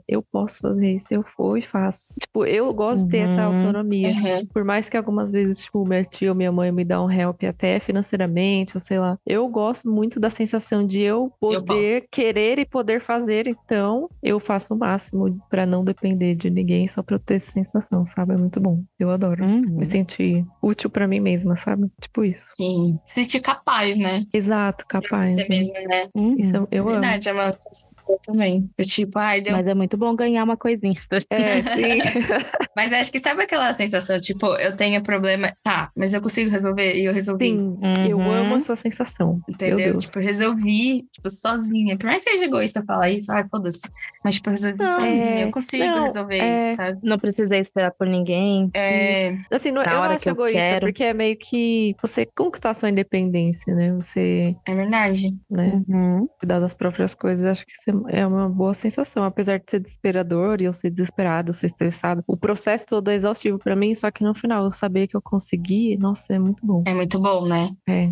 [SPEAKER 3] Eu posso fazer isso, eu for e faço. Tipo, eu gosto de ter essa
[SPEAKER 1] Uhum.
[SPEAKER 3] autonomia.
[SPEAKER 2] Aham.
[SPEAKER 3] Por mais que algumas vezes, tipo, meu tio ou minha mãe me dá um help até financeiramente, ou sei lá. Eu gosto muito da sensação de eu poder
[SPEAKER 2] posso.
[SPEAKER 3] querer e poder fazer. Então, eu faço o máximo pra não depender de ninguém, só pra eu ter essa sensação, sabe? É muito bom. Eu adoro.
[SPEAKER 1] Uhum.
[SPEAKER 3] Me sentir útil pra mim mesma, sabe? Tipo isso.
[SPEAKER 2] Sim. Se sentir capaz, né?
[SPEAKER 3] Exato, capaz.
[SPEAKER 2] Você
[SPEAKER 3] né?
[SPEAKER 2] mesmo, né?
[SPEAKER 1] Uhum.
[SPEAKER 3] Isso eu, eu amo.
[SPEAKER 2] Verdade, é uma sensação que eu também. Eu, tipo, ai, deu
[SPEAKER 1] Mas é muito bom ganhar uma coisinha.
[SPEAKER 3] É, sim.
[SPEAKER 2] Mas acho que sabe aquela sensação, tipo, eu tenho problema, tá, mas eu consigo resolver e eu resolvi,
[SPEAKER 3] Sim, Assim, eu
[SPEAKER 1] Uhum.
[SPEAKER 3] amo essa sensação. Meu
[SPEAKER 2] entendeu?
[SPEAKER 3] Deus.
[SPEAKER 2] Tipo, eu resolvi, tipo, sozinha. Por mais que seja egoísta falar isso, ai, foda-se. Mas, tipo, eu resolvi
[SPEAKER 1] Não,
[SPEAKER 2] sozinha,
[SPEAKER 3] é-
[SPEAKER 2] eu consigo
[SPEAKER 3] não,
[SPEAKER 2] resolver
[SPEAKER 3] é-
[SPEAKER 2] isso, sabe?
[SPEAKER 1] Não precisei esperar por ninguém.
[SPEAKER 2] É,
[SPEAKER 3] Assim, não, eu
[SPEAKER 1] Na
[SPEAKER 3] não
[SPEAKER 1] hora
[SPEAKER 3] acho
[SPEAKER 1] que eu
[SPEAKER 3] egoísta,
[SPEAKER 1] quero.
[SPEAKER 3] porque é meio que você conquistar sua independência, né? Você,
[SPEAKER 2] é verdade.
[SPEAKER 3] né,
[SPEAKER 1] Uhum.
[SPEAKER 3] cuidar das próprias coisas, acho que isso é uma boa sensação. Apesar de ser desesperador e eu ser desesperado, eu ser estressado, o processo todo é exaustivo pra mim, só que no final eu saber que eu consegui, nossa, é muito bom.
[SPEAKER 2] É muito bom, né?
[SPEAKER 3] É.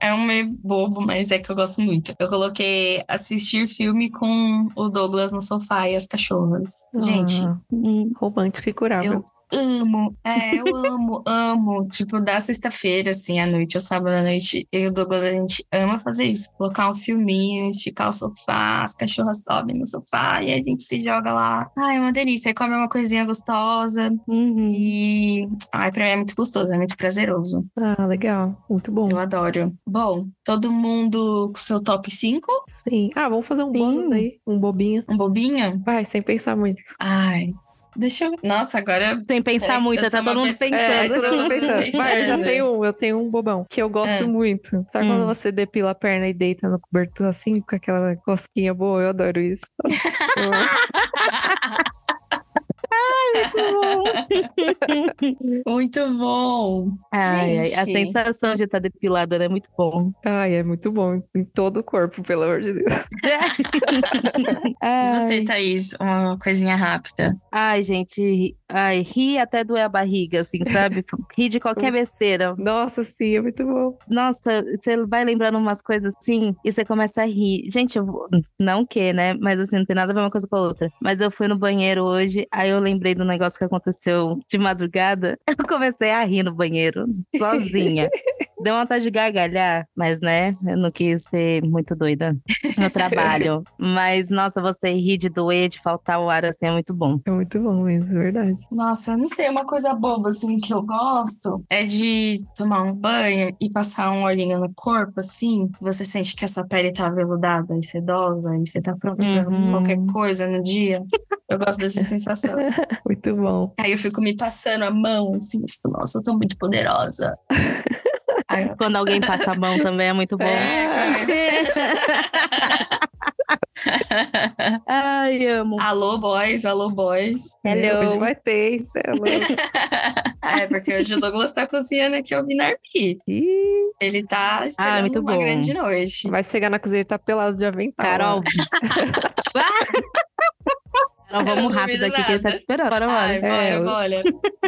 [SPEAKER 2] É um meio bobo, mas é que eu gosto muito. Eu coloquei assistir filme com o Douglas no sofá e as cachorras. Gente,
[SPEAKER 3] Ah,
[SPEAKER 1] Uhum.
[SPEAKER 3] romântico e curável.
[SPEAKER 2] Amo, é, eu amo, amo. Tipo, da sexta-feira, assim, à noite, ou sábado à noite, eu e o Douglas, a gente ama fazer isso. Colocar um filminho, esticar o sofá, as cachorras sobem no sofá e a gente se joga lá. Ai, é uma delícia. Aí come uma coisinha gostosa
[SPEAKER 1] Uhum.
[SPEAKER 2] e... Ai, pra mim é muito gostoso, é muito prazeroso.
[SPEAKER 3] Ah, legal. Muito bom.
[SPEAKER 2] Eu adoro. Bom, todo mundo com seu top 5?
[SPEAKER 3] Sim. Ah, vamos fazer um
[SPEAKER 1] Sim.
[SPEAKER 3] bônus aí, um bobinho.
[SPEAKER 2] Um bobinho?
[SPEAKER 3] Vai, sem pensar muito.
[SPEAKER 2] Ai, deixa eu... Nossa, agora...
[SPEAKER 1] Sem pensar
[SPEAKER 2] Peraí,
[SPEAKER 1] muito,
[SPEAKER 2] eu sou
[SPEAKER 1] tá
[SPEAKER 2] uma
[SPEAKER 1] todo mundo
[SPEAKER 2] pessoa-
[SPEAKER 3] É,
[SPEAKER 1] pensando.
[SPEAKER 2] eu
[SPEAKER 3] todo mundo
[SPEAKER 2] pensando.
[SPEAKER 3] pensando. Vai, eu já
[SPEAKER 2] Pensando.
[SPEAKER 3] tenho um, eu tenho um bobão que eu gosto
[SPEAKER 2] Ah.
[SPEAKER 3] muito. Sabe
[SPEAKER 2] Hum.
[SPEAKER 3] quando você depila a perna e deita no cobertor assim, com aquela cosquinha boa? Eu adoro isso. Eu-
[SPEAKER 2] Muito bom!
[SPEAKER 1] Ai, ai, a
[SPEAKER 2] Gente.
[SPEAKER 1] sensação de estar depilada né, é muito bom.
[SPEAKER 3] Ai, é muito bom em todo o corpo, pelo amor de Deus.
[SPEAKER 2] E
[SPEAKER 1] Ai.
[SPEAKER 2] você, Thaís, uma coisinha rápida.
[SPEAKER 1] Ai, gente, ai, ri até doer a barriga, assim, sabe? Ri de qualquer besteira.
[SPEAKER 3] Nossa, sim, é muito bom.
[SPEAKER 1] Nossa, você vai lembrando umas coisas assim e você começa a rir. Gente, eu vou... não que, né? Mas assim, não tem nada a ver uma coisa com a outra. Mas eu fui no banheiro hoje, aí eu lembrei do negócio que aconteceu de madrugada. Eu comecei a rir no banheiro, sozinha. Deu vontade de gargalhar, mas né, eu não quis ser muito doida no trabalho. Mas, nossa, você rir de doer, de faltar o ar, assim, é muito bom.
[SPEAKER 3] É muito bom mesmo, é verdade.
[SPEAKER 2] Nossa, eu não sei, é uma coisa boba assim que eu gosto é de tomar um banho e passar um olhinho no corpo, assim. Você sente que a sua pele tá aveludada e sedosa e você tá pronta pra
[SPEAKER 1] Uhum.
[SPEAKER 2] qualquer coisa no dia. Eu gosto dessa sensação.
[SPEAKER 3] Muito bom.
[SPEAKER 2] Aí eu fico me passando a mão, assim, tipo, nossa, eu tô muito poderosa. Aí eu
[SPEAKER 1] Quando
[SPEAKER 2] passo-
[SPEAKER 1] alguém passa a mão também é muito bom.
[SPEAKER 2] É, cara.
[SPEAKER 1] Ai, amo.
[SPEAKER 2] Alô, boys, alô, boys.
[SPEAKER 1] Hello.
[SPEAKER 3] É, Hoje vai ter, hein? Cê é louco.
[SPEAKER 2] É, porque hoje o Douglas tá cozinhando aqui o Minarpi.
[SPEAKER 3] Ih,
[SPEAKER 2] Ele tá esperando
[SPEAKER 1] Ah, muito
[SPEAKER 2] uma
[SPEAKER 1] bom.
[SPEAKER 2] grande noite.
[SPEAKER 3] vai chegar na cozinha e tá pelado de avental.
[SPEAKER 1] Carol. Carol,
[SPEAKER 2] Eu não
[SPEAKER 1] vamos rápido
[SPEAKER 2] duvido
[SPEAKER 1] aqui que ele tá
[SPEAKER 2] nada.
[SPEAKER 1] te esperando. Bora,
[SPEAKER 2] Ai,
[SPEAKER 1] bora.
[SPEAKER 2] bora,
[SPEAKER 3] É, eu-
[SPEAKER 2] bora.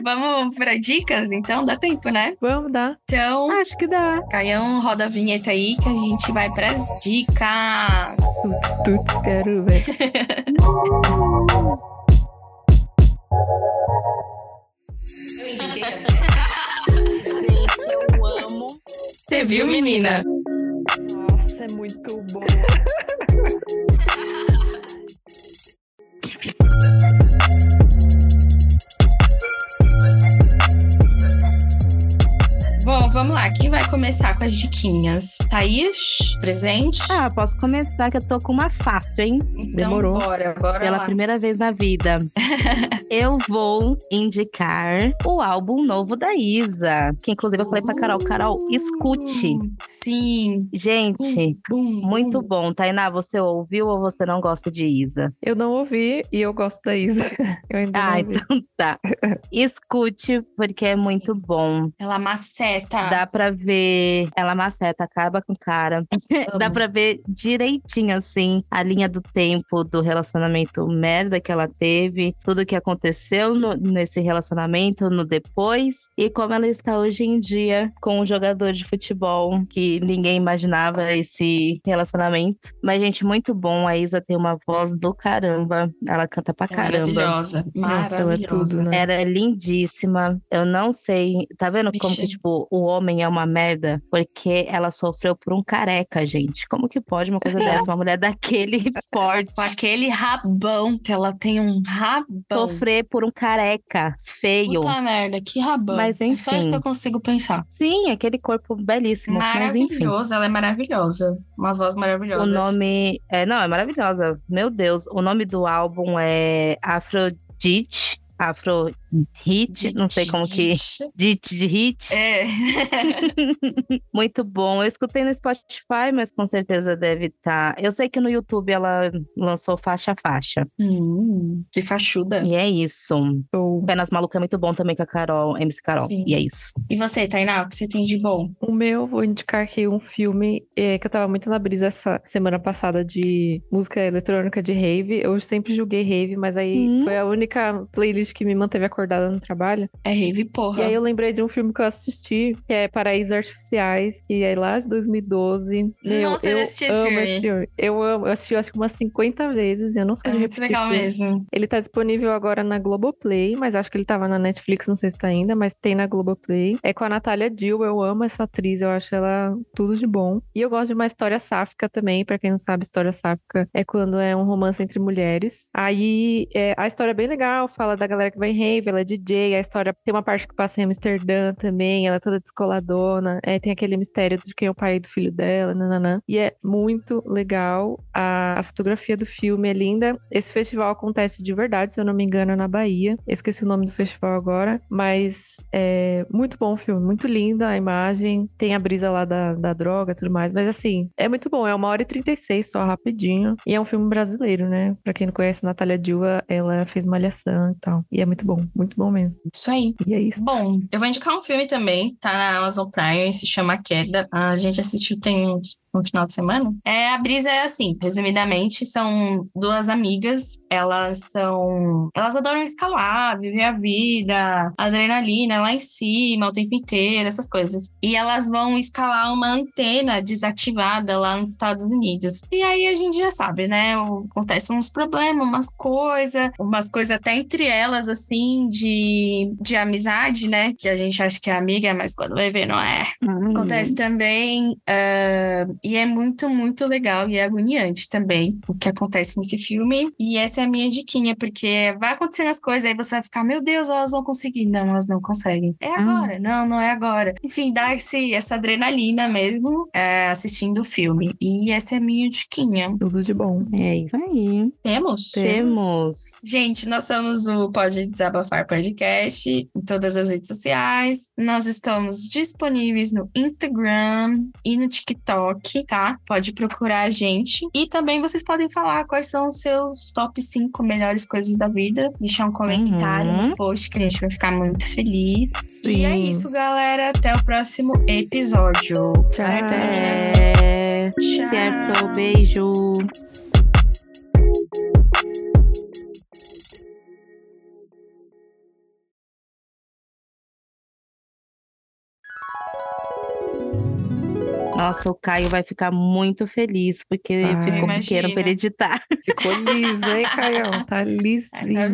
[SPEAKER 2] Vamos pra dicas, então? Dá tempo, né?
[SPEAKER 3] Vamos dar.
[SPEAKER 2] Então,
[SPEAKER 1] Acho que dá.
[SPEAKER 2] Caião, roda a vinheta aí que a gente vai pras dicas.
[SPEAKER 3] Tuts, tuts, quero ver.
[SPEAKER 2] Você viu, menina?
[SPEAKER 3] Nossa, é muito bom.
[SPEAKER 2] Bom, Vamos lá, quem vai começar com as diquinhas? Thaís, presente?
[SPEAKER 1] Ah, posso começar que eu tô com uma fácil, hein?
[SPEAKER 2] então,
[SPEAKER 3] demorou.
[SPEAKER 2] bora, bora
[SPEAKER 1] Pela
[SPEAKER 2] lá.
[SPEAKER 1] primeira vez na vida. eu vou indicar o álbum novo da Isa. Que inclusive eu falei pra Carol, Carol, escute.
[SPEAKER 2] Uh. Hum, Sim.
[SPEAKER 1] Gente,
[SPEAKER 2] Bum,
[SPEAKER 1] muito
[SPEAKER 2] bum.
[SPEAKER 1] bom. Tainá, você ouviu ou você não gosta de Isa?
[SPEAKER 3] Eu não ouvi e eu gosto da Isa. Eu ainda não
[SPEAKER 1] Ah,
[SPEAKER 3] ouvi.
[SPEAKER 1] então tá. Escute, porque é
[SPEAKER 2] Sim. Ah.
[SPEAKER 1] muito bom.
[SPEAKER 2] Ela maceta.
[SPEAKER 1] Dá pra ver. Ela maceta, acaba com o cara. Dá pra ver direitinho, assim, a linha do tempo do relacionamento merda que ela teve, tudo que aconteceu no- nesse relacionamento, no depois, e como ela está hoje em dia com um jogador de futebol que ninguém imaginava esse relacionamento. Mas, gente, muito bom. A Isa tem uma voz do caramba. Ela canta pra
[SPEAKER 2] É
[SPEAKER 1] caramba.
[SPEAKER 2] Maravilhosa.
[SPEAKER 3] Nossa, ela é tudo,
[SPEAKER 2] maravilhosa.
[SPEAKER 3] né?
[SPEAKER 1] Era lindíssima. Eu não sei. Tá vendo como que,
[SPEAKER 2] Vixe.
[SPEAKER 1] tipo, o homem é uma merda? Porque ela sofreu por um careca, gente. Como que pode uma coisa
[SPEAKER 2] Sim.
[SPEAKER 1] dessa? Uma mulher daquele porte
[SPEAKER 2] Com aquele rabão, que ela tem um rabão.
[SPEAKER 1] sofrer por um careca feio.
[SPEAKER 2] Puta merda, que rabão.
[SPEAKER 1] Mas
[SPEAKER 2] é só isso
[SPEAKER 1] enfim.
[SPEAKER 2] que eu consigo pensar.
[SPEAKER 1] Sim, aquele corpo belíssimo. assim, Mas enfim.
[SPEAKER 2] Maravilhosa, ela é maravilhosa. Uma voz
[SPEAKER 1] O
[SPEAKER 2] maravilhosa.
[SPEAKER 1] nome. É, não, é maravilhosa. Meu Deus. O nome do álbum é Afrodite. Afro Hit, não sei como que. Dit de Hit.
[SPEAKER 2] É.
[SPEAKER 1] Muito bom. Eu escutei no Spotify, mas com certeza deve estar. Eu sei que no YouTube ela lançou faixa a faixa.
[SPEAKER 2] Hum, que fachuda.
[SPEAKER 1] E é isso.
[SPEAKER 3] Show.
[SPEAKER 1] Penas Maluca é muito bom também com a Carol, MC Carol.
[SPEAKER 2] Sim.
[SPEAKER 1] E é isso.
[SPEAKER 2] E você, Tainá, o que você tem de bom?
[SPEAKER 3] O meu, vou indicar aqui um filme é, que eu tava muito na brisa essa semana passada de música eletrônica de rave. Eu sempre julguei rave, mas aí
[SPEAKER 1] Hum.
[SPEAKER 3] foi a única playlist que me manteve acordada no trabalho.
[SPEAKER 2] É rave,
[SPEAKER 3] E
[SPEAKER 2] porra.
[SPEAKER 3] aí eu lembrei de um filme que eu assisti, que é Paraísos Artificiais, que é lá de 2012. Meu,
[SPEAKER 2] Nossa, eu
[SPEAKER 3] eu
[SPEAKER 2] assisti esse
[SPEAKER 3] amo
[SPEAKER 2] filme.
[SPEAKER 3] esse filme. Eu amo, eu assisti acho que umas 50 vezes, e eu não sou
[SPEAKER 2] É
[SPEAKER 3] de
[SPEAKER 2] muito
[SPEAKER 3] repetir
[SPEAKER 2] legal
[SPEAKER 3] filme.
[SPEAKER 2] mesmo.
[SPEAKER 3] Ele tá disponível agora na Globoplay, mas acho que ele tava na Netflix, não sei se tá ainda, mas tem na Globoplay. É com a Natália Dill, eu amo essa atriz, eu acho ela tudo de bom. E eu gosto de uma história sáfica também, pra quem não sabe, história sáfica é quando é um romance entre mulheres. Aí é, a história é bem legal, fala da galera que vai em rave, ela é DJ, a história tem uma parte que passa em Amsterdã também, ela é toda descoladona, é, tem aquele mistério de quem é o pai do filho dela, nananã. E é muito legal, a, a fotografia do filme é linda. Esse festival acontece de verdade, se eu não me engano, na Bahia. Eu Esqueci o nome do festival agora, mas é muito bom o filme, muito linda a imagem. Tem a brisa lá da, da droga e tudo mais, mas assim, é muito bom. É uma hora e 36 só, rapidinho. E é um filme brasileiro, né? Pra quem não conhece, Natália Dilma, ela fez Malhação e tal. E é muito bom, muito bom mesmo.
[SPEAKER 2] Isso aí.
[SPEAKER 3] E é isso.
[SPEAKER 2] Bom, eu vou indicar um filme também, tá na Amazon Prime, se chama Queda. A gente assistiu tem um, um final de semana. É, a brisa é assim, resumidamente, são duas amigas, elas são, elas adoram escalar, viver a vida, adrenalina lá em cima o tempo inteiro, essas coisas. E elas vão escalar uma antena desativada lá nos Estados Unidos. E aí a gente já sabe, né? o- Acontecem uns problemas, umas coisas, umas coisas até entre elas, assim, de, de amizade, né? Que a gente acha que é amiga, mas quando vai ver, não é. Acontece também, ah, e é muito, muito legal e é agoniante também o que acontece nesse filme. E essa é a minha diquinha, porque vai acontecendo as coisas, aí você vai ficar, meu Deus, elas vão conseguir. Não, elas não conseguem. É agora, não, não é agora. Enfim, dá esse, essa adrenalina mesmo eh, assistindo o filme. E essa é a minha diquinha.
[SPEAKER 3] Tudo de bom.
[SPEAKER 1] É isso aí.
[SPEAKER 2] Temos?
[SPEAKER 1] Temos.
[SPEAKER 2] Gente, nós somos o Pode Desabafar Podcast em todas as redes sociais. Nós estamos disponíveis no Instagram e no TikTok, tá? Pode procurar a gente. E também vocês podem falar quais são os seus top 5 melhores coisas da vida. Deixar um comentário
[SPEAKER 1] Uhum.
[SPEAKER 2] no post que a gente vai ficar muito feliz. E é
[SPEAKER 3] Sim.
[SPEAKER 2] isso, galera. Até o próximo episódio.
[SPEAKER 3] Tchau.
[SPEAKER 2] Certo, meninas?
[SPEAKER 1] É...
[SPEAKER 2] Tchau.
[SPEAKER 1] Certo, beijo. Nossa, o Caio vai ficar muito feliz, porque
[SPEAKER 3] Vai.
[SPEAKER 1] ficou
[SPEAKER 2] Imagina.
[SPEAKER 1] pequeno pra ele editar.
[SPEAKER 3] Ficou liso, hein, Caião? Tá
[SPEAKER 2] Ah, Tá vendo,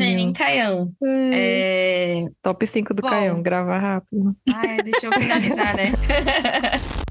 [SPEAKER 2] hein,
[SPEAKER 3] lisinho.
[SPEAKER 2] Caião? É...
[SPEAKER 3] Top 5 do
[SPEAKER 2] Bom.
[SPEAKER 3] Caião, gravar rápido.
[SPEAKER 2] Ah, é, deixa eu finalizar, né?